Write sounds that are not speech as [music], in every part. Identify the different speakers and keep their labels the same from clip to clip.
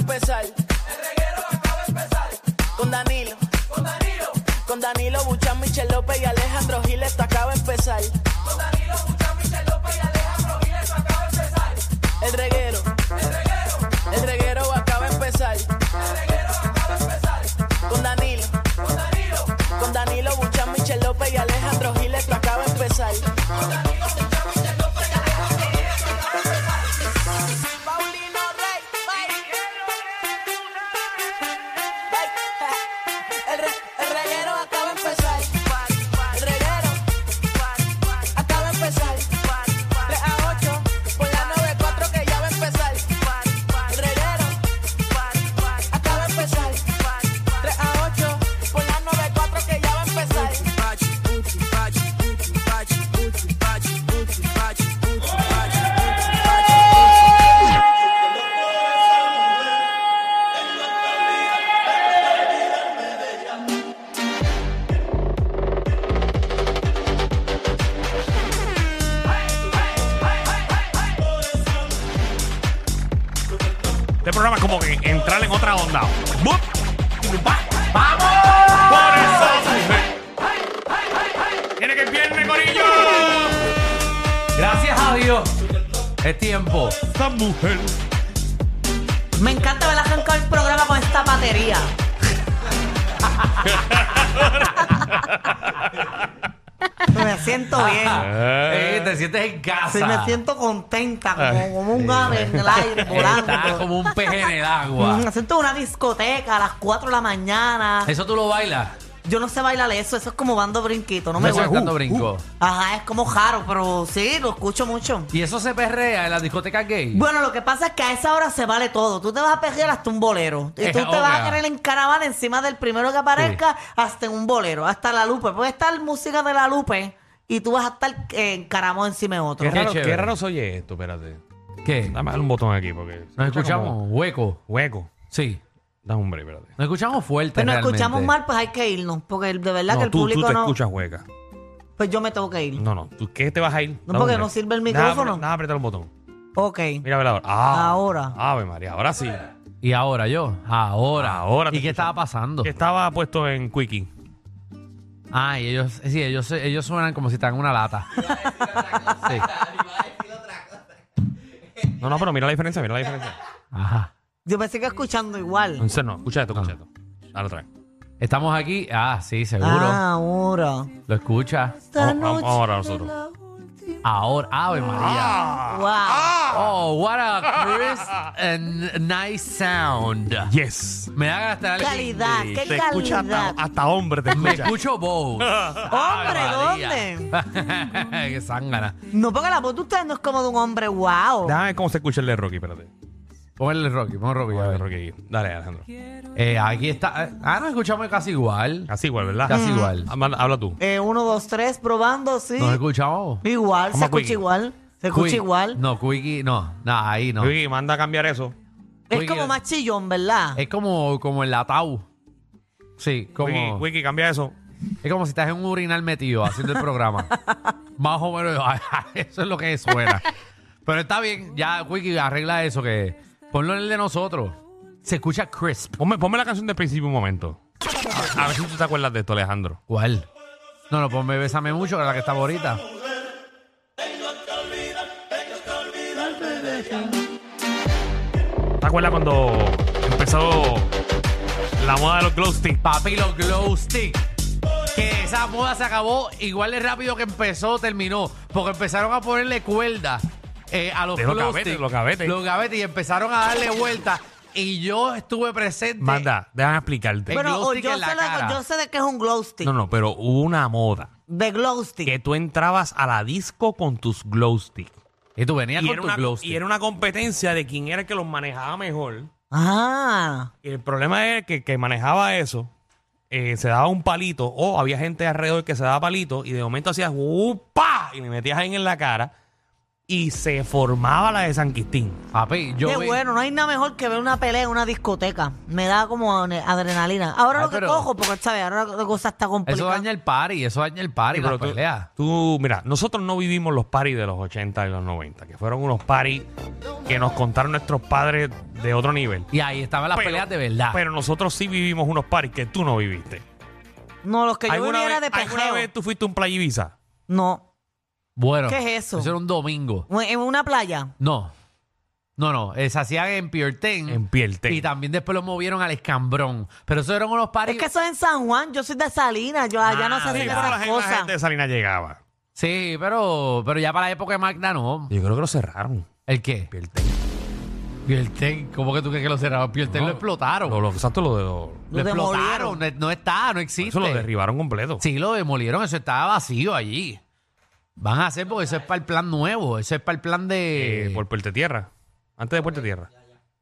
Speaker 1: empezar.
Speaker 2: El reguero acaba de empezar.
Speaker 1: Con Danilo,
Speaker 2: Con Danilo,
Speaker 1: con Danilo Buchan, Michel López y Alejandro Gil, esto acaba de empezar.
Speaker 2: con Danilo Buchan, Michel López y Alejandro Gil, esto acaba de empezar.
Speaker 1: El reguero,
Speaker 2: El reguero,
Speaker 1: el reguero acaba de empezar.
Speaker 2: el reguero acaba de empezar.
Speaker 1: Con Danilo,
Speaker 2: Con Danilo,
Speaker 1: con Danilo Buchan, Michel López y Alejandro Gil, esto acaba de empezar. Paulino Rey, El, re- el reguero acaba de empezar. El reguero acaba de empezar. 3 a 8 por la 94 que ya va a empezar. El reguero acaba de empezar. 3 a 8 por la 94 que ya va a empezar.
Speaker 3: Este programa es como que entrar en otra onda. ¡Bup! ¡Va! ¡Vamos! Por eso. Tiene que el viernes, Corillo.
Speaker 4: Gracias a Dios. Es tiempo.
Speaker 3: Esta mujer.
Speaker 5: Me encanta ver arrancar el programa con esta batería. me siento bien.
Speaker 4: Eh, te sientes en casa.
Speaker 5: Sí, me siento contenta, como, como un ave en el aire,
Speaker 4: Estás
Speaker 5: volando.
Speaker 4: como un pez en el
Speaker 5: [laughs] Mm,
Speaker 4: agua.
Speaker 5: Me siento en una discoteca a las 4 de la mañana.
Speaker 4: Eso tú lo bailas.
Speaker 5: Yo no sé bailar eso, eso es como dando brinquito, no
Speaker 4: No
Speaker 5: me
Speaker 4: estás
Speaker 5: gusta.
Speaker 4: dando brinco.
Speaker 5: Ajá, es como jaro, pero sí, lo escucho mucho.
Speaker 4: Y eso se perrea en las discotecas gay.
Speaker 5: Bueno, lo que pasa es que a esa hora se vale todo. Tú te vas a perder hasta un bolero. Y tú
Speaker 4: Eh,
Speaker 5: te vas
Speaker 4: obvio.
Speaker 5: a querer en caravana encima del primero que aparezca hasta en un bolero, hasta la lupe. Puede estar música de la lupe y tú vas a estar eh, encaramado encima de otro.
Speaker 4: Qué
Speaker 6: raro,
Speaker 4: chévere.
Speaker 6: qué raro se oye esto, espérate.
Speaker 4: ¿Qué?
Speaker 6: Dame un botón aquí porque. se
Speaker 4: Nos
Speaker 6: escucha
Speaker 4: escuchamos
Speaker 6: como
Speaker 4: hueco.
Speaker 6: Hueco.
Speaker 4: Sí.
Speaker 6: Dame hombre, espérate.
Speaker 4: Nos escuchamos fuerte.
Speaker 5: Pero Pues nos
Speaker 4: realmente.
Speaker 5: escuchamos mal, pues hay que irnos. Porque el- de verdad que
Speaker 6: No,
Speaker 5: el
Speaker 6: tú, tú
Speaker 5: público
Speaker 6: te
Speaker 5: no.
Speaker 6: escuchas hueca.
Speaker 5: Pues yo me tengo que ir.
Speaker 6: No, no. ¿Tú qué te vas a ir?
Speaker 5: No,
Speaker 6: Dame
Speaker 5: porque
Speaker 6: un
Speaker 5: no
Speaker 6: break.
Speaker 5: sirve el
Speaker 6: Nada,
Speaker 5: micrófono.
Speaker 6: apre- Nada, apretar el botón.
Speaker 5: Ok.
Speaker 6: Mira, velador. Ah,
Speaker 5: Ahora.
Speaker 6: Ave María, ahora sí.
Speaker 4: Y ahora yo. Ahora.
Speaker 6: Ahora te
Speaker 4: ¿Y qué
Speaker 6: escuchamos.
Speaker 4: estaba pasando?
Speaker 6: Estaba puesto en Quickie.
Speaker 4: Ah, y ellos, sí, ellos, ellos suenan como si están en una
Speaker 5: [laughs]
Speaker 4: lata. sí.
Speaker 6: No, no, pero mira la diferencia, mira la diferencia.
Speaker 4: Ajá.
Speaker 5: Yo me sigo escuchando igual.
Speaker 6: Entonces no, escucha esto,
Speaker 4: Ah.
Speaker 6: escucha esto. Dale otra vez.
Speaker 4: Estamos aquí. Ah, sí, seguro.
Speaker 5: Ah, ahora.
Speaker 4: Lo escucha.
Speaker 5: Esta
Speaker 6: Vamos- vamos- vamos ahora
Speaker 5: noche
Speaker 6: nosotros. Ah,
Speaker 5: la última.
Speaker 4: Ahora. Ave María.
Speaker 5: Wow.
Speaker 4: Oh, what a crisp and nice sound.
Speaker 6: Yes.
Speaker 4: Me da gastar el
Speaker 5: Calidad,
Speaker 4: English.
Speaker 5: qué
Speaker 6: Te escucha hasta,
Speaker 5: calidad.
Speaker 6: hasta hombre, te
Speaker 4: Me
Speaker 6: escucha.
Speaker 4: escucho
Speaker 6: [laughs]
Speaker 4: both. Ave
Speaker 5: Hombre,
Speaker 4: María. [laughs] qué zángana.
Speaker 5: No, porque la voz de ustedes no es como de un hombre, wow.
Speaker 6: Dame cómo se escucha el de Rocky, espérate.
Speaker 4: Ponle Rocky, ponle Rocky. a
Speaker 6: Ponle
Speaker 4: ver.
Speaker 6: Rocky. Dale, Alejandro.
Speaker 4: Eh, aquí está. eh, Ah, nos escuchamos casi igual.
Speaker 6: Así igual, ¿verdad?
Speaker 4: Casi igual.
Speaker 6: Ah, man, Habla tú.
Speaker 5: Eh, uno, dos, tres, probando, sí.
Speaker 4: Nos escuchamos.
Speaker 5: Igual,
Speaker 6: Vamos
Speaker 5: se
Speaker 6: a
Speaker 5: escucha
Speaker 6: Quickie.
Speaker 5: igual. Se escucha
Speaker 4: Quick.
Speaker 5: igual.
Speaker 4: No, Quickie, no. No, ahí no.
Speaker 6: Quickie, manda a cambiar eso.
Speaker 5: Es
Speaker 4: Quickie.
Speaker 5: como más chillón, ¿verdad?
Speaker 4: Es como, como el atau. Sí,
Speaker 6: Quickie,
Speaker 4: como.
Speaker 6: Quickie, cambia eso.
Speaker 4: Es como si estás en un urinal metido haciendo el
Speaker 6: [laughs]
Speaker 4: programa. Más o menos, [laughs] eso es lo que suena. Pero está bien, ya, Wiki, arregla eso que. Ponlo en el de nosotros. Se escucha crisp.
Speaker 6: Ponme, ponme la canción del principio un momento. A, a ver si tú te acuerdas de esto, Alejandro.
Speaker 4: ¿Cuál? No, no, ponme Bésame Mucho, que es la que está ahorita.
Speaker 6: ¿Te acuerdas cuando empezó la moda de los glow sticks?
Speaker 4: Papi, los glow stick. Que esa moda se acabó igual de rápido que empezó, terminó. Porque empezaron a ponerle cuerda eh, a los
Speaker 6: De los
Speaker 4: glow
Speaker 6: gavetes,
Speaker 4: stick.
Speaker 6: los gavetes.
Speaker 4: Los gavetes y empezaron a darle vuelta. Y yo estuve presente.
Speaker 6: Manda, déjame explicarte.
Speaker 4: el
Speaker 5: Bueno,
Speaker 4: glow
Speaker 5: o
Speaker 4: stick
Speaker 5: yo,
Speaker 4: en la
Speaker 5: sé lo-
Speaker 4: cara.
Speaker 5: yo sé de qué es un glow stick.
Speaker 6: No, no, pero hubo una moda
Speaker 5: De glow stick.
Speaker 6: que tú entrabas a la disco con tus glow sticks.
Speaker 4: Y tú venías
Speaker 6: Y
Speaker 4: con
Speaker 6: era,
Speaker 4: tu
Speaker 6: una,
Speaker 4: glow
Speaker 6: y
Speaker 4: stick.
Speaker 6: era una competencia de quién era el que los manejaba mejor.
Speaker 5: Ah.
Speaker 6: Y el problema era que que manejaba eso eh, se daba un palito o había gente alrededor que se daba palito y de momento hacías ¡upa! y le metías ahí en la cara y se formaba la de San Quistín.
Speaker 4: Papi, yo
Speaker 5: Qué
Speaker 4: vi-
Speaker 5: bueno, no hay nada mejor que ver una pelea en una discoteca. Me da como ane- adrenalina. Ahora
Speaker 4: Ay,
Speaker 5: lo que
Speaker 4: pero-
Speaker 5: cojo, porque sabes, ahora la cosa está
Speaker 4: Eso
Speaker 5: complicada.
Speaker 4: daña el party, eso daña el party,
Speaker 6: Pero
Speaker 4: las
Speaker 6: tú-
Speaker 4: peleas.
Speaker 6: Tú, mira, nosotros no vivimos los paris de los 80 y los 90, que fueron unos paris que nos contaron nuestros padres de otro nivel.
Speaker 4: Y ahí estaban las
Speaker 6: Pero-
Speaker 4: peleas de verdad.
Speaker 6: Pero nosotros sí vivimos unos paris que tú no viviste.
Speaker 5: No, los que yo
Speaker 6: ¿Alguna
Speaker 5: vivía era
Speaker 6: vez,
Speaker 5: de
Speaker 6: alguna
Speaker 5: pejeo.
Speaker 6: vez tú fuiste a un playa Ibiza?
Speaker 5: No,
Speaker 4: bueno.
Speaker 5: ¿Qué es eso?
Speaker 4: Eso era un domingo.
Speaker 5: en una playa.
Speaker 4: No. No, no. eh, Se hacían en Pierten.
Speaker 6: En Pierten.
Speaker 4: Y también después lo movieron al escambrón. Pero eso eran unos paris.
Speaker 5: Es que eso es en San Juan, yo soy de Salinas, yo allá no se
Speaker 4: Ah,
Speaker 5: hacen
Speaker 4: sí,
Speaker 6: pero la
Speaker 5: esas
Speaker 6: gente, la
Speaker 5: cosas.
Speaker 6: gente de Salinas llegaba.
Speaker 4: Sí, pero, pero ya para la época de Magda no.
Speaker 6: Yo creo que lo cerraron.
Speaker 4: ¿El qué?
Speaker 6: Pierten.
Speaker 4: Pierten. ¿Cómo que tú crees que lo cerraron? Pierten lo explotaron.
Speaker 6: Lo, lo, exacto, lo de... lo-
Speaker 5: Lo
Speaker 4: Lo explotaron.
Speaker 5: demolieron.
Speaker 4: No, no está, no existe.
Speaker 6: eso lo derribaron completo.
Speaker 4: Sí, lo demolieron, eso estaba vacío allí. Van a hacer porque eso es para el plan nuevo, eso es para el plan de...
Speaker 6: Eh, por Puerto Tierra. Antes de Puerto Tierra.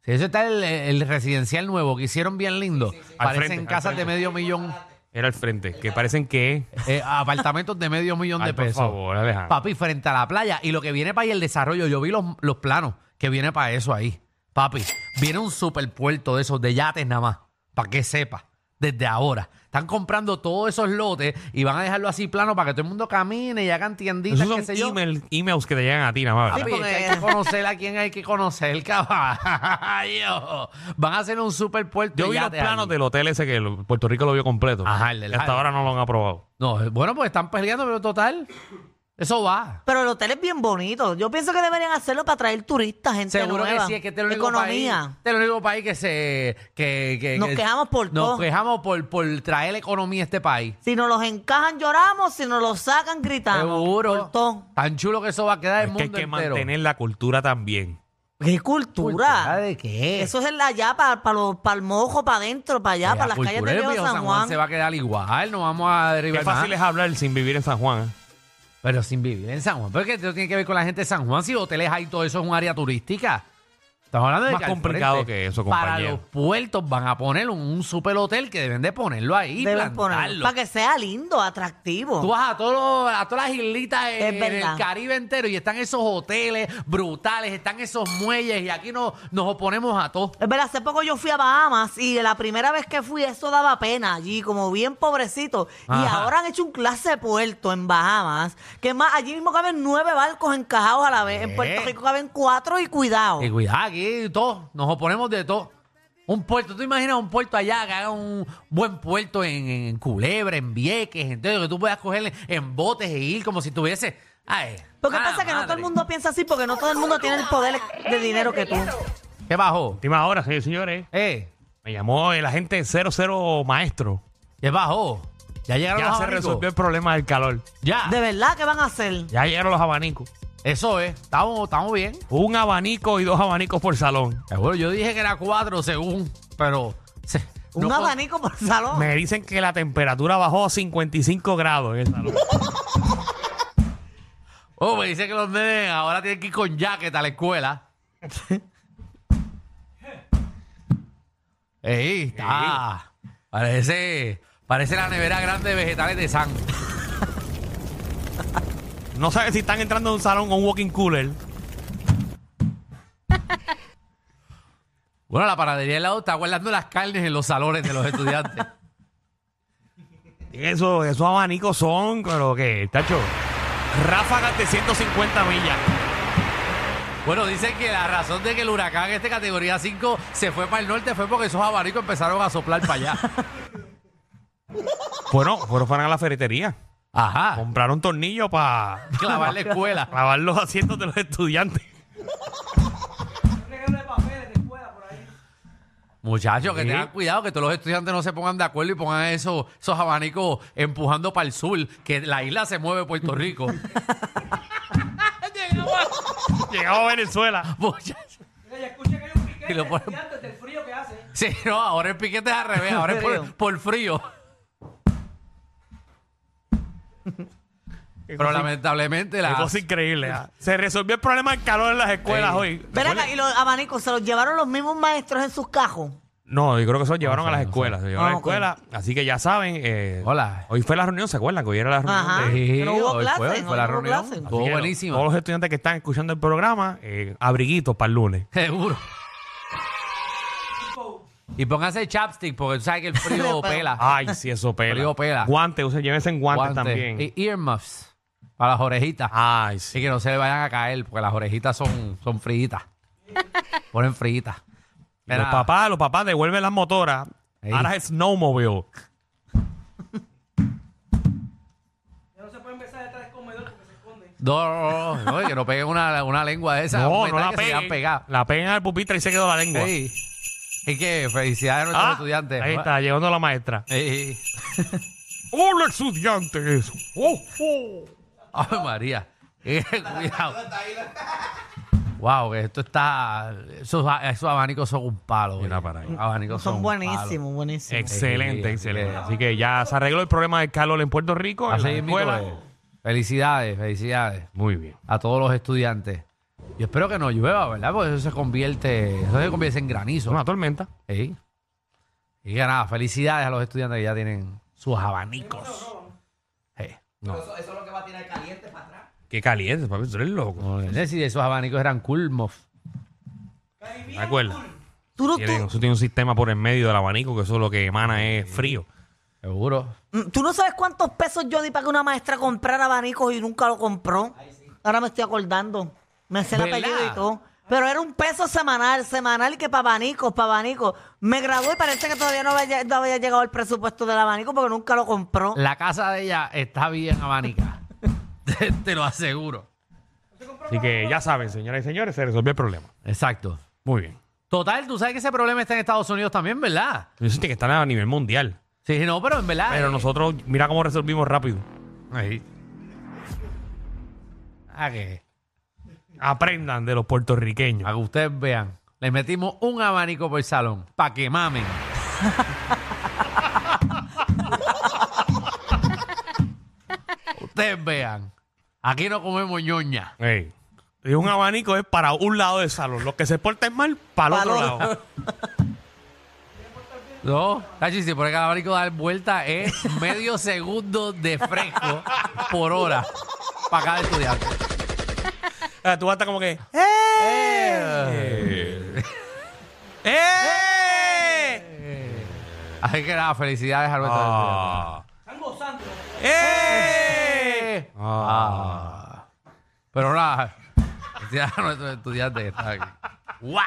Speaker 4: Sí, eso está el, el residencial nuevo que hicieron bien lindo.
Speaker 6: Al
Speaker 4: Parecen
Speaker 6: frente, al
Speaker 4: casas de
Speaker 6: frente.
Speaker 4: medio millón,
Speaker 6: Era al frente. Que parecen que...
Speaker 4: eh, apartamentos de medio millón
Speaker 6: Ay,
Speaker 4: de
Speaker 6: por
Speaker 4: pesos.
Speaker 6: favor, Alejandro.
Speaker 4: Papi, frente a la playa. Y lo que viene para ahí, el desarrollo, yo vi los, los planos que viene para eso ahí. Papi, viene un superpuerto de esos, de yates nada más, para que sepa, desde ahora. Están comprando todos esos lotes y van a dejarlo así plano para que todo el mundo camine y hagan tienditas,
Speaker 6: Esos
Speaker 4: qué
Speaker 6: son
Speaker 4: sé yo.
Speaker 6: email- emails que te llegan a ti, nada más.
Speaker 4: Papi,
Speaker 6: ¿verdad?
Speaker 5: Sí,
Speaker 4: es que hay que conocer a quien hay que conocer, [laughs] caballo. Van a hacer un superpuerto.
Speaker 6: Yo
Speaker 4: de
Speaker 6: vi los
Speaker 4: yates
Speaker 6: planos
Speaker 4: allí.
Speaker 6: del hotel ese que lo- Puerto Rico lo vio completo.
Speaker 4: Ajá, el del
Speaker 6: Y Hasta
Speaker 4: Hyatt.
Speaker 6: ahora no lo han aprobado.
Speaker 4: No, eh, bueno, pues están peleando, pero total, eso va.
Speaker 5: Pero el hotel es bien bonito. Yo pienso que deberían hacerlo para atraer turistas, gente
Speaker 4: Seguro
Speaker 5: nueva.
Speaker 4: que sí, es que este es el único país.
Speaker 5: Economía.
Speaker 4: Este es el único país que se. Que, que-
Speaker 5: Nos
Speaker 4: que-
Speaker 5: quejamos por
Speaker 4: Nos
Speaker 5: todo.
Speaker 4: quejamos por, por traer la economía a este país.
Speaker 5: Si nos los encajan, lloramos. Si nos los sacan, gritamos.
Speaker 4: Seguro.
Speaker 5: Por todo.
Speaker 4: Tan chulo que eso va a quedar el
Speaker 6: Es que hay
Speaker 4: mundo
Speaker 6: que
Speaker 4: entero.
Speaker 6: mantener la cultura también.
Speaker 5: ¿Qué
Speaker 4: ¿Cultura
Speaker 5: cultura?
Speaker 4: de qué?
Speaker 5: Eso es el allá, para el mojo, para adentro, para allá,
Speaker 4: Eh,
Speaker 5: para
Speaker 4: la
Speaker 5: las calles
Speaker 4: cultura
Speaker 5: de
Speaker 4: del
Speaker 5: Viejo
Speaker 4: viejo
Speaker 5: San Juan.
Speaker 4: se va a quedar igual. No vamos a
Speaker 6: Qué
Speaker 4: derivar más.
Speaker 6: fácil es hablar sin vivir en San Juan. ¿eh?
Speaker 4: Pero sin vivir en San Juan. Pero es que esto tiene que ver con la gente de San Juan. Si hoteles hay, todo eso es un área turística. Estamos hablando de
Speaker 6: Más
Speaker 4: que al
Speaker 6: complicado
Speaker 4: frente,
Speaker 6: que eso,
Speaker 4: Para
Speaker 6: compañero.
Speaker 4: los puertos van a poner un, un super hotel que deben de ponerlo ahí.
Speaker 5: Deben ponerlo.
Speaker 4: plantarlo.
Speaker 5: Para que sea lindo, atractivo.
Speaker 4: Tú vas a, todos los- a todas las islitas en,
Speaker 5: Es verdad.
Speaker 4: el Caribe entero y están esos hoteles brutales, están esos muelles y aquí no, nos oponemos a todo.
Speaker 5: Es verdad, hace poco yo fui a Bahamas y la primera vez que fui eso daba pena allí, como bien pobrecito. Y
Speaker 4: Ajá.
Speaker 5: ahora han hecho un clase de puerto en Bahamas, que más allí mismo caben nueve barcos encajados a la vez. En Puerto
Speaker 4: Eh.
Speaker 5: Rico caben cuatro y cuidado.
Speaker 4: Y cuidado, aquí todo, nos oponemos de todo. Un puerto, tú imaginas un puerto allá, que haga un buen puerto en, en Culebra, en Vieques, entonces que tú puedas coger en botes e ir como si tuviese... Ay,
Speaker 5: Porque
Speaker 4: ah,
Speaker 5: pasa que no todo el
Speaker 4: madre.
Speaker 5: mundo piensa así, porque no todo el mundo tiene el poder de dinero que tú.
Speaker 4: ¿Qué bajó?
Speaker 6: Última hora, señores y señores.
Speaker 4: ¿Eh?
Speaker 6: Me llamó el agente 00 Maestro.
Speaker 4: ¿Qué bajó? Ya llegaron
Speaker 6: Ya
Speaker 4: los
Speaker 6: se
Speaker 4: abanicos?
Speaker 6: resolvió el problema del calor.
Speaker 4: Ya,
Speaker 5: De verdad, ¿qué van a hacer?
Speaker 6: Ya llegaron los abanicos.
Speaker 4: eso es, estamos, estamos bien.
Speaker 6: Un abanico y dos abanicos por salón.
Speaker 4: Seguro, yo dije que era cuatro según, pero... se-
Speaker 5: Un
Speaker 4: no con-
Speaker 5: abanico por salón.
Speaker 6: Me dicen que la temperatura bajó a 55 grados en el salón.
Speaker 4: Oh, me dice que los nenes ahora tienen que ir con jacket a la escuela. Ey, está. Parece, parece la nevera grande de vegetales de San.
Speaker 6: No sabes si están entrando a un salón con un walking cooler.
Speaker 4: Bueno, la panadería del lado está guardando las carnes en los salones de los estudiantes.
Speaker 6: Eso, esos abanicos son, pero que, tacho, ráfagas de 150 millas.
Speaker 4: bueno, dicen que la razón de que el huracán este categoría 5 se fue para el norte fue porque esos abanicos empezaron a soplar para allá.
Speaker 6: Bueno, fueron fueron a la ferretería.
Speaker 4: Ajá.
Speaker 6: Compraron tornillos para
Speaker 4: Clavar la escuela.
Speaker 6: clavar los asientos de los estudiantes. [laughs]
Speaker 4: Muchachos, que
Speaker 6: Sí.
Speaker 4: tengan cuidado, que todos los estudiantes no se pongan de acuerdo y pongan esos, esos abanicos empujando para el sur, que la isla se mueve Puerto Rico.
Speaker 6: Llegamos a Venezuela.
Speaker 4: Muchachos.
Speaker 2: Mira, ya escuché que hay un piquete
Speaker 4: Y lo
Speaker 2: de
Speaker 4: ponen-
Speaker 2: estudiantes del frío que hace.
Speaker 4: Sí, no, ahora el piquete es al revés, ahora es por,
Speaker 5: Frío.
Speaker 4: por frío. Pero lamentablemente
Speaker 6: Una
Speaker 4: la...
Speaker 6: cosa increíble. ¿ah? Se resolvió el problema del calor en las escuelas
Speaker 4: Sí.
Speaker 6: hoy.
Speaker 5: Ven acá, y los abanicos se los llevaron los mismos maestros en sus cajos.
Speaker 6: No, yo creo que eso llevaron
Speaker 4: sé,
Speaker 6: a las
Speaker 4: no
Speaker 6: escuelas. Se llevaron
Speaker 5: Ah, ok.
Speaker 6: a las escuelas. Así que ya saben. eh,
Speaker 4: Hola.
Speaker 6: Hoy fue la reunión, ¿se acuerdan? Que hoy era la reunión
Speaker 5: Ajá.
Speaker 6: de-
Speaker 4: Sí,
Speaker 5: pero hubo
Speaker 4: hoy
Speaker 5: clase,
Speaker 4: fue, hoy
Speaker 5: ¿no?
Speaker 4: fue la
Speaker 5: Hubo
Speaker 4: reunión.
Speaker 5: clase.
Speaker 6: Así
Speaker 4: Estuvo
Speaker 6: que
Speaker 4: buenísimo.
Speaker 6: Todos los estudiantes que están escuchando el programa, eh, abriguitos para el lunes.
Speaker 4: Seguro. Y pónganse chapstick porque tú sabes que el frío pela.
Speaker 6: Ay, sí, eso pela.
Speaker 4: [laughs] Pero digo pela.
Speaker 6: Guantes, usen, llévense en guantes,
Speaker 4: Guantes.
Speaker 6: también.
Speaker 4: Y earmuffs para las orejitas.
Speaker 6: Ay,
Speaker 4: Así
Speaker 6: sí.
Speaker 4: que no se le vayan a caer porque las orejitas son, son fritas. Ponen fritas.
Speaker 6: Y Los
Speaker 4: Mira,
Speaker 6: papás, los papás devuelven las motoras
Speaker 4: Ey.
Speaker 6: a las snowmobile.
Speaker 4: No, no, no, no, que no peguen una, una lengua de esa.
Speaker 6: no,
Speaker 4: un
Speaker 6: no
Speaker 4: metal
Speaker 6: la
Speaker 4: que se
Speaker 6: peguen.
Speaker 4: quedan pegadas.
Speaker 6: La pegan al pupitre y se quedó la lengua.
Speaker 4: Ey. Es que felicidades a nuestros
Speaker 6: Ah,
Speaker 4: estudiantes.
Speaker 6: Ahí está, llegando la maestra.
Speaker 4: Ey, ey.
Speaker 6: ¡Hola, estudiantes! ¡Oh, oh!
Speaker 4: Ay, María. [laughs] Eh, Cuidado. Wow, que esto está. Esos, esos abanicos son un palo.
Speaker 6: Mira
Speaker 4: eh.
Speaker 6: para ahí.
Speaker 4: Abanicos son,
Speaker 5: Son
Speaker 4: un palo.
Speaker 5: buenísimos, buenísimos.
Speaker 6: Excelente,
Speaker 4: Sí,
Speaker 6: excelente.
Speaker 4: sí.
Speaker 6: Así que ya se arregló el problema del calor en Puerto Rico. en
Speaker 4: Así
Speaker 6: las
Speaker 4: mismo
Speaker 6: escuelas.
Speaker 4: es. Felicidades, felicidades
Speaker 6: Muy bien.
Speaker 4: a todos los estudiantes. Yo espero que no llueva, ¿verdad? Porque eso se convierte, eso se convierte en granizo.
Speaker 6: Una tormenta.
Speaker 4: Ey. Y que nada, felicidades a los estudiantes que ya tienen sus abanicos. Ey, no.
Speaker 6: Qué caliente, papi. Tú eres loco.
Speaker 4: No, nene, si esos abanicos eran culmos.
Speaker 6: ¿Te acuerdas?
Speaker 5: Tú no,
Speaker 6: Tienen-
Speaker 5: tú,
Speaker 6: Eso tiene un sistema por en medio del abanico que eso lo que emana es frío.
Speaker 4: seguro.
Speaker 5: mm, tú no sabes cuántos pesos yo di para que una maestra comprara abanicos y nunca lo compró. Ahora me estoy acordando. Me sé el
Speaker 4: ¿Verdad?
Speaker 5: apellido y todo. Pero era un peso semanal, semanal, y que para abanicos, para abanicos. Me gradué y parece que todavía no había, no había llegado el presupuesto del abanico porque nunca lo compró.
Speaker 4: La casa de ella está bien abanica. [laughs] te, te lo aseguro.
Speaker 6: Así que ya saben, señoras y señores, se resolvió el problema.
Speaker 4: Exacto.
Speaker 6: Muy bien.
Speaker 4: Total, tú sabes que ese problema está en Estados Unidos también, ¿verdad?
Speaker 6: Yo siento que están a nivel mundial.
Speaker 4: Sí, no, pero en verdad.
Speaker 6: Pero
Speaker 4: eh,
Speaker 6: nosotros, mira cómo resolvimos rápido.
Speaker 4: ahí. A Ah, que,
Speaker 6: Aprendan de los
Speaker 4: a
Speaker 6: puertorriqueños.
Speaker 4: que ustedes vean. Le metimos un abanico por el salón. Para que mamen. [laughs] ustedes vean. Aquí no comemos ñoña.
Speaker 6: Ey. Y un abanico es para un lado del salón. Los que se portan mal, para el
Speaker 5: Para
Speaker 6: otro
Speaker 5: el otro.
Speaker 6: lado.
Speaker 4: No, Tachi, si pones el abanico a dar vuelta es medio segundo de fresco por hora para cada estudiante.
Speaker 6: Ah, Tú vas a estar como que. ¡Eh! ¡Eh!
Speaker 4: Así que nada, felicidades a nuestros
Speaker 6: Ah.
Speaker 4: estudiantes.
Speaker 6: ¡Eh!
Speaker 4: Ah. Pero [laughs] nada, felicidades a nuestros estudiantes que están aquí.
Speaker 6: ¡Wow!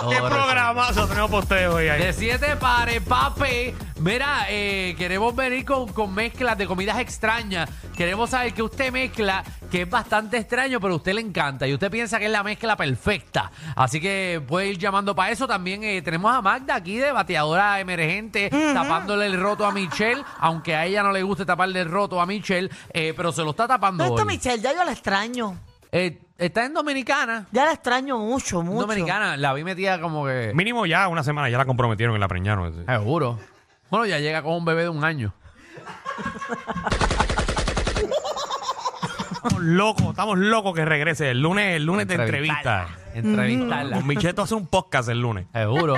Speaker 4: Todo
Speaker 6: ¡Qué
Speaker 4: resuelto.
Speaker 6: programazo tenemos para ustedes hoy! ahí.
Speaker 4: De siete pares, papi. Mira, eh, queremos venir con, con mezclas de comidas extrañas. Queremos saber que usted mezcla, que es bastante extraño, pero a usted le encanta y usted piensa que es la mezcla perfecta. Así que puede ir llamando para eso. También eh, tenemos a Magda aquí de bateadora emergente, tapándole el roto a Michelle, aunque a ella no le guste taparle el roto a Michelle, eh, pero se lo está tapando.
Speaker 5: No, esto,
Speaker 4: hoy.
Speaker 5: Michelle, ya yo la extraño.
Speaker 4: Eh, está en Dominicana.
Speaker 5: Ya la extraño mucho, mucho.
Speaker 4: Dominicana, la vi metida como que.
Speaker 6: Mínimo ya una semana, ya la comprometieron y la preñaron.
Speaker 4: Seguro. Bueno, ya llega con un bebé de un año.
Speaker 6: Estamos locos, estamos locos que regrese. El lunes, el lunes de entrevista.
Speaker 4: Entrevistarla.
Speaker 6: Con Micheto hace un podcast el lunes.
Speaker 4: Seguro.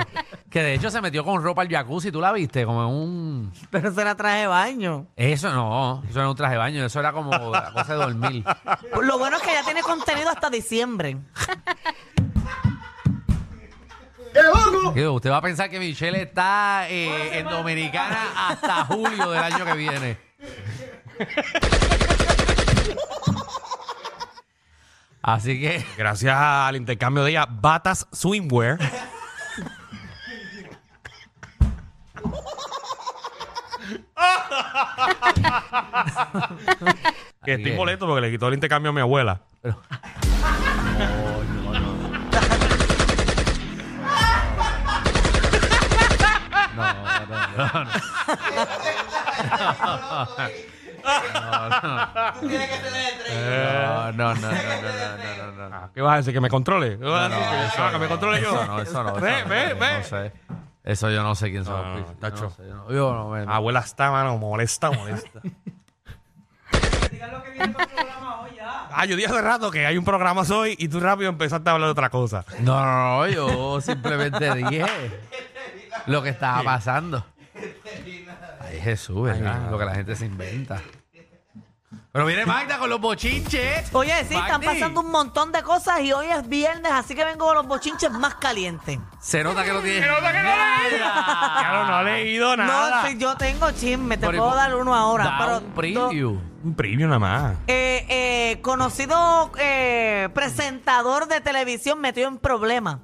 Speaker 4: Que de hecho se metió con ropa al jacuzzi, tú la viste, como en un.
Speaker 5: Pero se la traje de baño.
Speaker 4: Eso no, eso no era un traje de baño, eso era como la cosa de dormir.
Speaker 5: Lo bueno es que ya tiene contenido hasta diciembre.
Speaker 4: Digo, Usted va a pensar que Michelle está eh, en Dominicana hasta julio del año que viene. Así que,
Speaker 6: Gracias al intercambio de ella, Batas [laughs] Swimwear. que estoy
Speaker 4: Bien.
Speaker 6: molesto porque le quitó el intercambio a mi abuela.
Speaker 4: no, no, no, no, no, no, no, no.
Speaker 6: Ah, ¿Qué vas a decir? ¿Que me controle? ¿Qué vas a
Speaker 4: No,
Speaker 6: decir?
Speaker 4: no,
Speaker 6: ¿Que-
Speaker 4: eso
Speaker 6: ah, ¿Que me controle yo?
Speaker 4: Eso no,
Speaker 6: [laughs]
Speaker 4: eso no.
Speaker 6: Ve,
Speaker 4: eso no,
Speaker 6: ve,
Speaker 4: yo
Speaker 6: ve.
Speaker 4: no sé. Eso yo no sé quién son
Speaker 6: No,
Speaker 4: los
Speaker 6: no, Ah, no,
Speaker 4: príncipes,
Speaker 6: tacho.
Speaker 4: yo no sé, yo no- Yo no, me- no.
Speaker 6: Abuela está, mano, molesta,
Speaker 5: [laughs]
Speaker 6: molesta. Ah, yo dije hace rato que hay un programa hoy y tú rápido empezaste a hablar de otra cosa.
Speaker 4: No, no, no, yo simplemente dije. lo que estaba pasando. Ay, Jesús, ¿verdad? lo que la gente se inventa. Pero viene Magda con los bochinches.
Speaker 5: Oye, sí, están
Speaker 4: Magdi,
Speaker 5: pasando un montón de cosas y hoy es viernes, así que vengo con los bochinches más calientes.
Speaker 4: Se nota que lo tiene. Se
Speaker 6: nota que lo tiene. Claro, no ha leído nada.
Speaker 5: No, sí, yo tengo chisme, te
Speaker 4: Pero, ¿y
Speaker 5: puedo
Speaker 4: por-
Speaker 5: dar uno ahora.
Speaker 4: Da
Speaker 5: pero
Speaker 4: un
Speaker 5: do-
Speaker 4: preview.
Speaker 6: Un preview nada más. [laughs]
Speaker 5: eh, eh, conocido eh, presentador de televisión metió en problemas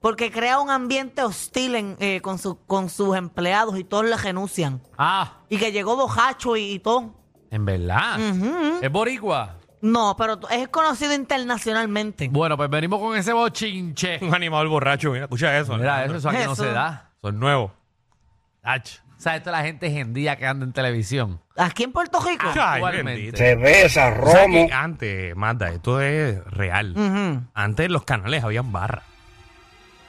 Speaker 5: porque crea un ambiente hostil en, eh, con, su- con sus empleados y todos le renuncian.
Speaker 4: Ah,
Speaker 5: Y que llegó bojacho y, y todo.
Speaker 4: en verdad.
Speaker 5: Ujú.
Speaker 4: Es boricua.
Speaker 5: No, pero t- es conocido internacionalmente.
Speaker 4: Bueno, pues venimos con ese bochinche.
Speaker 6: Un animador borracho, mira, escucha eso.
Speaker 4: Mira, eso, eso aquí no
Speaker 5: Eso.
Speaker 4: se da.
Speaker 6: Son nuevos.
Speaker 4: Ach. O sea, esto es la gente gendía que anda en televisión.
Speaker 5: Aquí en Puerto Rico.
Speaker 6: Ay,
Speaker 4: Actualmente.
Speaker 6: bendito.
Speaker 7: cerveza,
Speaker 6: O sea
Speaker 7: romo.
Speaker 6: que antes, Magda, esto es real.
Speaker 5: Ujú.
Speaker 6: Antes en los canales habían barras.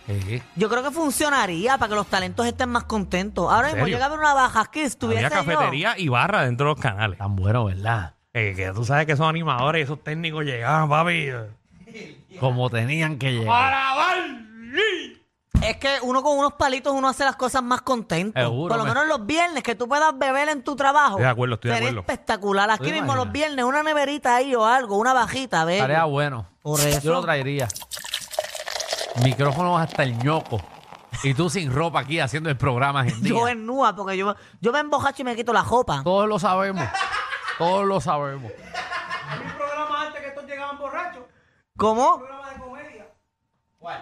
Speaker 4: Eh,
Speaker 5: Yo creo que funcionaría para que los talentos estén más contentos. Ahora mismo
Speaker 6: serio?
Speaker 5: llega a haber una baja aquí, estuviese
Speaker 6: Había
Speaker 5: yo.
Speaker 6: cafetería y barra dentro de los canales.
Speaker 4: tan bueno, ¿verdad?
Speaker 6: Eh, que tú sabes que esos animadores, esos técnicos llegaban, papi.
Speaker 4: Como tenían que llegar.
Speaker 5: Es que uno con unos palitos uno hace las cosas más contento.
Speaker 4: Seguro,
Speaker 5: Por lo
Speaker 4: me-
Speaker 5: menos los viernes que tú puedas beber en tu trabajo.
Speaker 6: Estoy de acuerdo, estoy de
Speaker 5: Sería
Speaker 6: acuerdo.
Speaker 5: espectacular. Aquí
Speaker 4: ¿Tú te
Speaker 5: mismo los
Speaker 4: imaginas?
Speaker 5: viernes una neverita ahí o algo, una bajita, ¿ves?
Speaker 4: Tarea bueno.
Speaker 5: Por eso.
Speaker 4: Yo lo traería. Micrófonos hasta el ñoco. Y tú sin ropa aquí haciendo el programa gendía.
Speaker 5: Yo en nua porque yo, yo me embojacho y me quito la jopa.
Speaker 4: Todos lo sabemos. Todos lo sabemos.
Speaker 2: Un programa antes que estos llegaban borrachos.
Speaker 5: ¿Cómo?
Speaker 2: Un programa de comedia.
Speaker 6: ¿Qué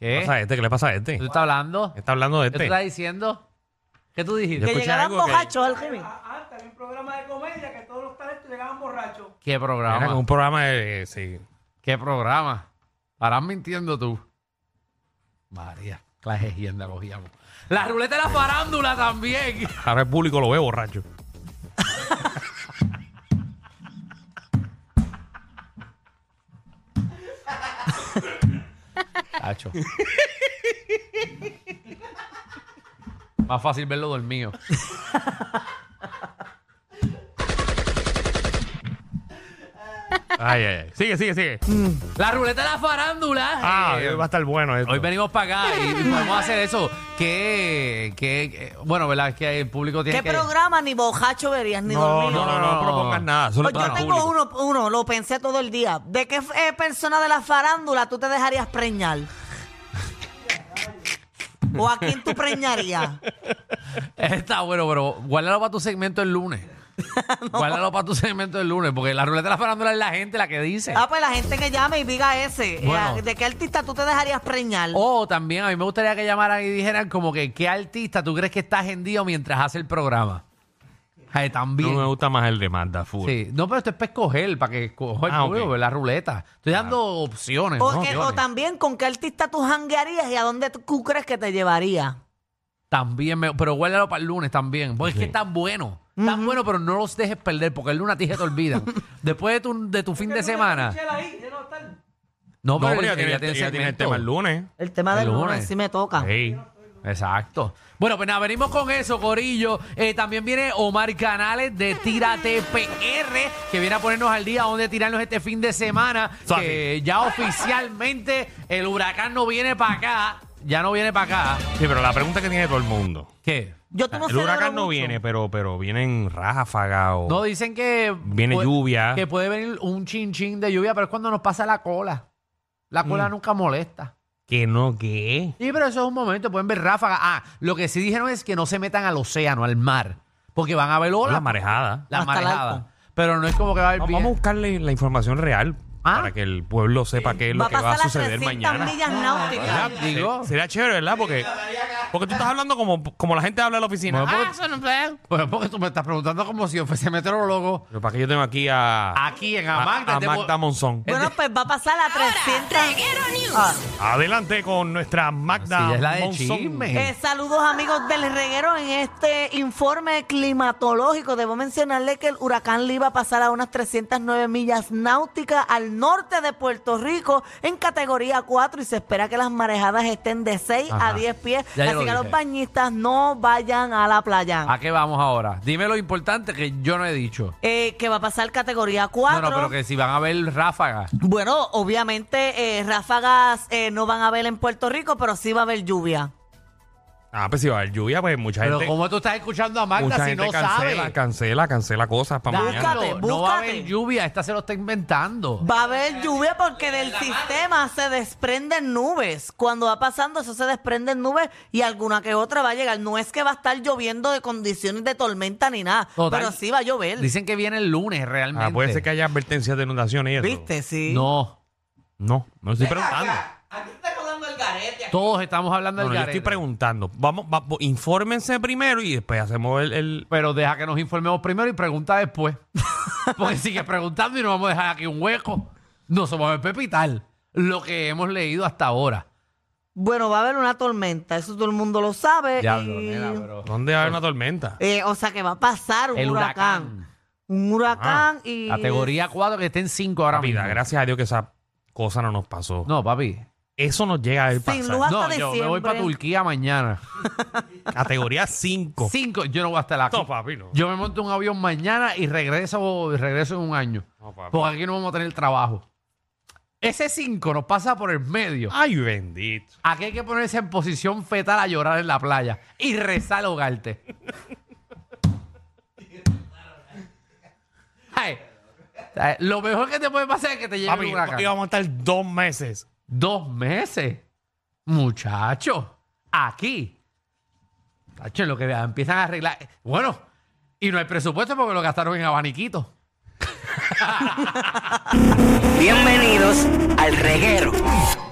Speaker 4: ¿Qué?
Speaker 6: pasa a este? ¿Qué le pasa a
Speaker 4: ¿Tú
Speaker 6: este?
Speaker 4: estás hablando?
Speaker 6: Está hablando de
Speaker 4: ¿Qué
Speaker 6: este.
Speaker 4: tú estás diciendo? ¿Qué tú dijiste?
Speaker 5: Que
Speaker 6: escuché
Speaker 5: llegaran
Speaker 6: algo que-
Speaker 5: bojachos al Jimmy.
Speaker 2: A- Antes había un programa de comedia que todos los talentos llegaban borrachos.
Speaker 4: ¿Qué programa?
Speaker 6: Era como un programa de. eh, sí.
Speaker 4: ¿Qué programa? Estarás mintiendo tú. María, la leyenda cogíamos. La ruleta de la farándula también.
Speaker 6: Ahora el público lo ve
Speaker 4: [laughs]
Speaker 6: borracho.
Speaker 4: Tacho. Más fácil verlo dormido.
Speaker 6: Ay, ay, ay. Sigue, sigue, sigue.
Speaker 5: Mm.
Speaker 4: La ruleta de la farándula.
Speaker 6: Ah,
Speaker 4: Eh,
Speaker 6: hoy va a estar bueno esto.
Speaker 4: Hoy venimos para acá y y podemos hacer eso. Que, que, que- bueno, ¿verdad? Es que el público tiene
Speaker 5: ¿Qué
Speaker 4: que...
Speaker 5: programa ni bojacho verías ni
Speaker 6: No, no,
Speaker 5: dormir?
Speaker 6: no, no,
Speaker 4: No.
Speaker 6: propongas nada. Solo
Speaker 5: Pues yo
Speaker 6: para el
Speaker 5: tengo
Speaker 6: público.
Speaker 5: uno, uno, lo pensé todo el día. ¿De qué eh, persona de la farándula tú te dejarías preñar? ¿O a quién tú preñarías?
Speaker 4: [laughs] Está bueno, pero guárdalo para tu segmento el
Speaker 5: [laughs]
Speaker 4: lunes. Guárdalo para tu segmento el lunes, porque la ruleta de la farándula es la gente la que dice.
Speaker 5: Ah, pues la gente que llame y diga ese. eh,
Speaker 4: Bueno.
Speaker 5: ¿De qué artista tú te dejarías preñar?
Speaker 6: Oh,
Speaker 4: O también a mí me gustaría que llamaran y dijeran como que qué artista tú crees que está agendido mientras hace el programa. Ay,
Speaker 6: No
Speaker 4: también.
Speaker 6: me gusta más el de Magda Full.
Speaker 4: Sí. No, pero esto es para escoger, para que escoja el
Speaker 6: Ah,
Speaker 4: público,
Speaker 6: ok.
Speaker 4: la ruleta. Estoy dando opciones.
Speaker 5: O,
Speaker 4: ¿no?
Speaker 5: que- o
Speaker 4: Opciones.
Speaker 5: también con qué artista tú janguearías y a dónde tú- tú crees que te llevaría.
Speaker 4: También, me- pero guárdalo para el lunes también. Porque
Speaker 6: Sí.
Speaker 4: es que es tan bueno. Tan bueno, pero no los dejes perder, porque el lunes a ti se te olvidan. Después de tu, de tu fin de semana.
Speaker 2: Michelle ahí, lleno de tal.
Speaker 4: No,
Speaker 6: No, pero
Speaker 4: pero ella
Speaker 6: ya tiene,
Speaker 4: tiene
Speaker 6: ella tiene el
Speaker 4: segmento. Ah.
Speaker 6: tema el lunes.
Speaker 5: El tema
Speaker 4: El
Speaker 5: del
Speaker 4: lunes.
Speaker 5: lunes sí me toca.
Speaker 6: Sí.
Speaker 4: Exacto. Bueno, pues nada, venimos con eso, Corillo. Eh, también viene Omar Canales de Tírate PR, que viene a ponernos al día donde tirarnos este fin de semana.
Speaker 6: Sorry.
Speaker 4: Que ya oficialmente el huracán no viene para acá. Ya no viene para acá.
Speaker 6: Sí, pero la pregunta que tiene todo el mundo.
Speaker 4: ¿Qué?
Speaker 5: Yo tú no
Speaker 6: el
Speaker 5: celebro
Speaker 6: huracán no
Speaker 5: mucho.
Speaker 6: viene, pero, pero vienen ráfagas o.
Speaker 4: No, dicen que...
Speaker 6: Viene
Speaker 4: pu-
Speaker 6: lluvia.
Speaker 4: Que puede venir un chin chin de lluvia, pero es cuando nos pasa la cola. La
Speaker 6: Mm.
Speaker 4: cola nunca molesta.
Speaker 6: que no, que.
Speaker 4: Sí, pero eso es un momento, pueden ver ráfagas. Ah, lo que sí dijeron es que no se metan al océano, al mar, porque van a ver
Speaker 6: La
Speaker 4: olas.
Speaker 6: marejada.
Speaker 4: La
Speaker 5: Hasta el
Speaker 4: marejada.
Speaker 5: arco.
Speaker 4: Pero no es como que va a haber
Speaker 6: No,
Speaker 4: bien.
Speaker 6: vamos a buscarle la información real
Speaker 4: Ah.
Speaker 6: para que el pueblo sepa qué es
Speaker 5: Va
Speaker 6: lo
Speaker 5: a
Speaker 6: que va a
Speaker 5: pasar las
Speaker 6: suceder
Speaker 5: 300
Speaker 6: mañana.
Speaker 5: millas náuticas.
Speaker 4: ¿Verdad? Digo.
Speaker 6: Se- Sería chévere, ¿verdad? Porque, porque tú estás hablando como, como la gente habla en la oficina.
Speaker 4: Bueno, porque-
Speaker 6: Ah, eso no puede.
Speaker 4: Bueno, porque tú me estás preguntando como si yo fuese meteorólogo
Speaker 6: Pero para que yo tengo aquí a,
Speaker 4: aquí en
Speaker 6: a,
Speaker 4: Amagda.
Speaker 6: a
Speaker 4: te
Speaker 6: Magda
Speaker 4: puedo-
Speaker 6: Monzón.
Speaker 5: Bueno, pues va a pasar la 300. Ah.
Speaker 6: Adelante con nuestra Magda
Speaker 4: Sí, es la de
Speaker 6: Monzón.
Speaker 4: chisme.
Speaker 5: Eh, saludos amigos del reguero en este informe climatológico. Debo mencionarle que el huracán Lee va a pasar a unas 309 millas náuticas al norte de Puerto Rico en categoría 4 y se espera que las marejadas estén de 6
Speaker 4: Ajá.
Speaker 5: a 10 pies.
Speaker 4: Ya yo
Speaker 5: Así
Speaker 4: lo
Speaker 5: que los
Speaker 4: dije. Ah.
Speaker 5: bañistas no vayan a la playa.
Speaker 4: ¿A qué vamos ahora? Dime lo importante que yo no he dicho.
Speaker 5: Eh, que va a pasar categoría
Speaker 4: No,
Speaker 5: 4.
Speaker 4: no, pero que si van a ver ráfagas.
Speaker 5: Bueno, obviamente eh, ráfagas eh, no van a haber en Puerto Rico, pero sí va a haber lluvia.
Speaker 6: Ah, pues si va a haber lluvia, pues mucha
Speaker 4: Pero
Speaker 6: gente.
Speaker 4: ¿cómo tú estás escuchando a Magda
Speaker 6: mucha
Speaker 4: si
Speaker 6: gente
Speaker 4: no
Speaker 6: cancela,
Speaker 4: sabe?
Speaker 6: cancela, cancela cosas para
Speaker 4: Danilo,
Speaker 6: mañana.
Speaker 5: Búscate,
Speaker 4: No va a
Speaker 5: búscate.
Speaker 4: haber lluvia, esta se lo está inventando.
Speaker 5: Va a haber lluvia porque del sistema se desprenden nubes. Cuando va pasando eso se desprenden nubes y alguna que otra va a llegar. No es que va a estar lloviendo de condiciones de tormenta ni nada,
Speaker 4: Total.
Speaker 5: pero sí va a llover.
Speaker 4: Dicen que viene el lunes realmente.
Speaker 6: Ah, puede ser que haya advertencias de inundaciones y eso.
Speaker 5: ¿Viste? Sí.
Speaker 4: No,
Speaker 6: No, no estoy preguntando.
Speaker 2: Aquí está rodando el garete. aquí.
Speaker 4: todos estamos hablando
Speaker 6: No,
Speaker 4: del
Speaker 6: no, yo
Speaker 4: garete.
Speaker 6: estoy preguntando. Vamos, va- pues, infórmense primero y después hacemos el, el-
Speaker 4: Pero deja que nos informemos primero y pregunta después. [laughs] Porque sigue preguntando y no vamos a dejar aquí un hueco. No somos el Pepital. Lo que hemos leído hasta ahora.
Speaker 5: Bueno, va a haber una tormenta, eso todo el mundo lo sabe.
Speaker 6: Eh,
Speaker 4: Diablo,
Speaker 5: y-
Speaker 4: nena, pero-
Speaker 6: ¿Dónde va a haber una tormenta?
Speaker 5: Eh, o sea que va a pasar un
Speaker 4: El
Speaker 5: huracán.
Speaker 4: huracán. Ah,
Speaker 5: Un huracán y...
Speaker 4: Categoría 4 que esté en 5 ahora
Speaker 6: Papi, da
Speaker 4: mismo.
Speaker 6: gracias a Dios que esa cosa no nos pasó.
Speaker 4: No, papi.
Speaker 6: Eso nos llega a ir
Speaker 5: Sin
Speaker 6: pasar.
Speaker 5: lugar- Hasta
Speaker 4: no, yo me voy
Speaker 5: diciembre.
Speaker 4: para Turquía mañana.
Speaker 6: Categoría 5.
Speaker 4: 5, yo no voy a estar aquí.
Speaker 6: No, papi, no.
Speaker 4: Yo me monto un avión mañana y regreso, y regreso en un año.
Speaker 6: No, papi.
Speaker 4: Porque aquí no vamos a tener trabajo. Ese 5 nos pasa por el medio.
Speaker 6: Ay, bendito.
Speaker 4: Aquí hay que ponerse en posición fetal a llorar en la playa y rezar al ahogarte. Ay, ay, lo mejor que te puede pasar es que te llegue
Speaker 6: Papi,
Speaker 4: un huracán.
Speaker 6: íbamos a estar dos meses.
Speaker 4: Dos meses. Muchacho, aquí. Muchacho, lo que empiezan a arreglar. Bueno, y no hay presupuesto porque lo gastaron en abaniquitos.
Speaker 7: Bienvenidos al reguero.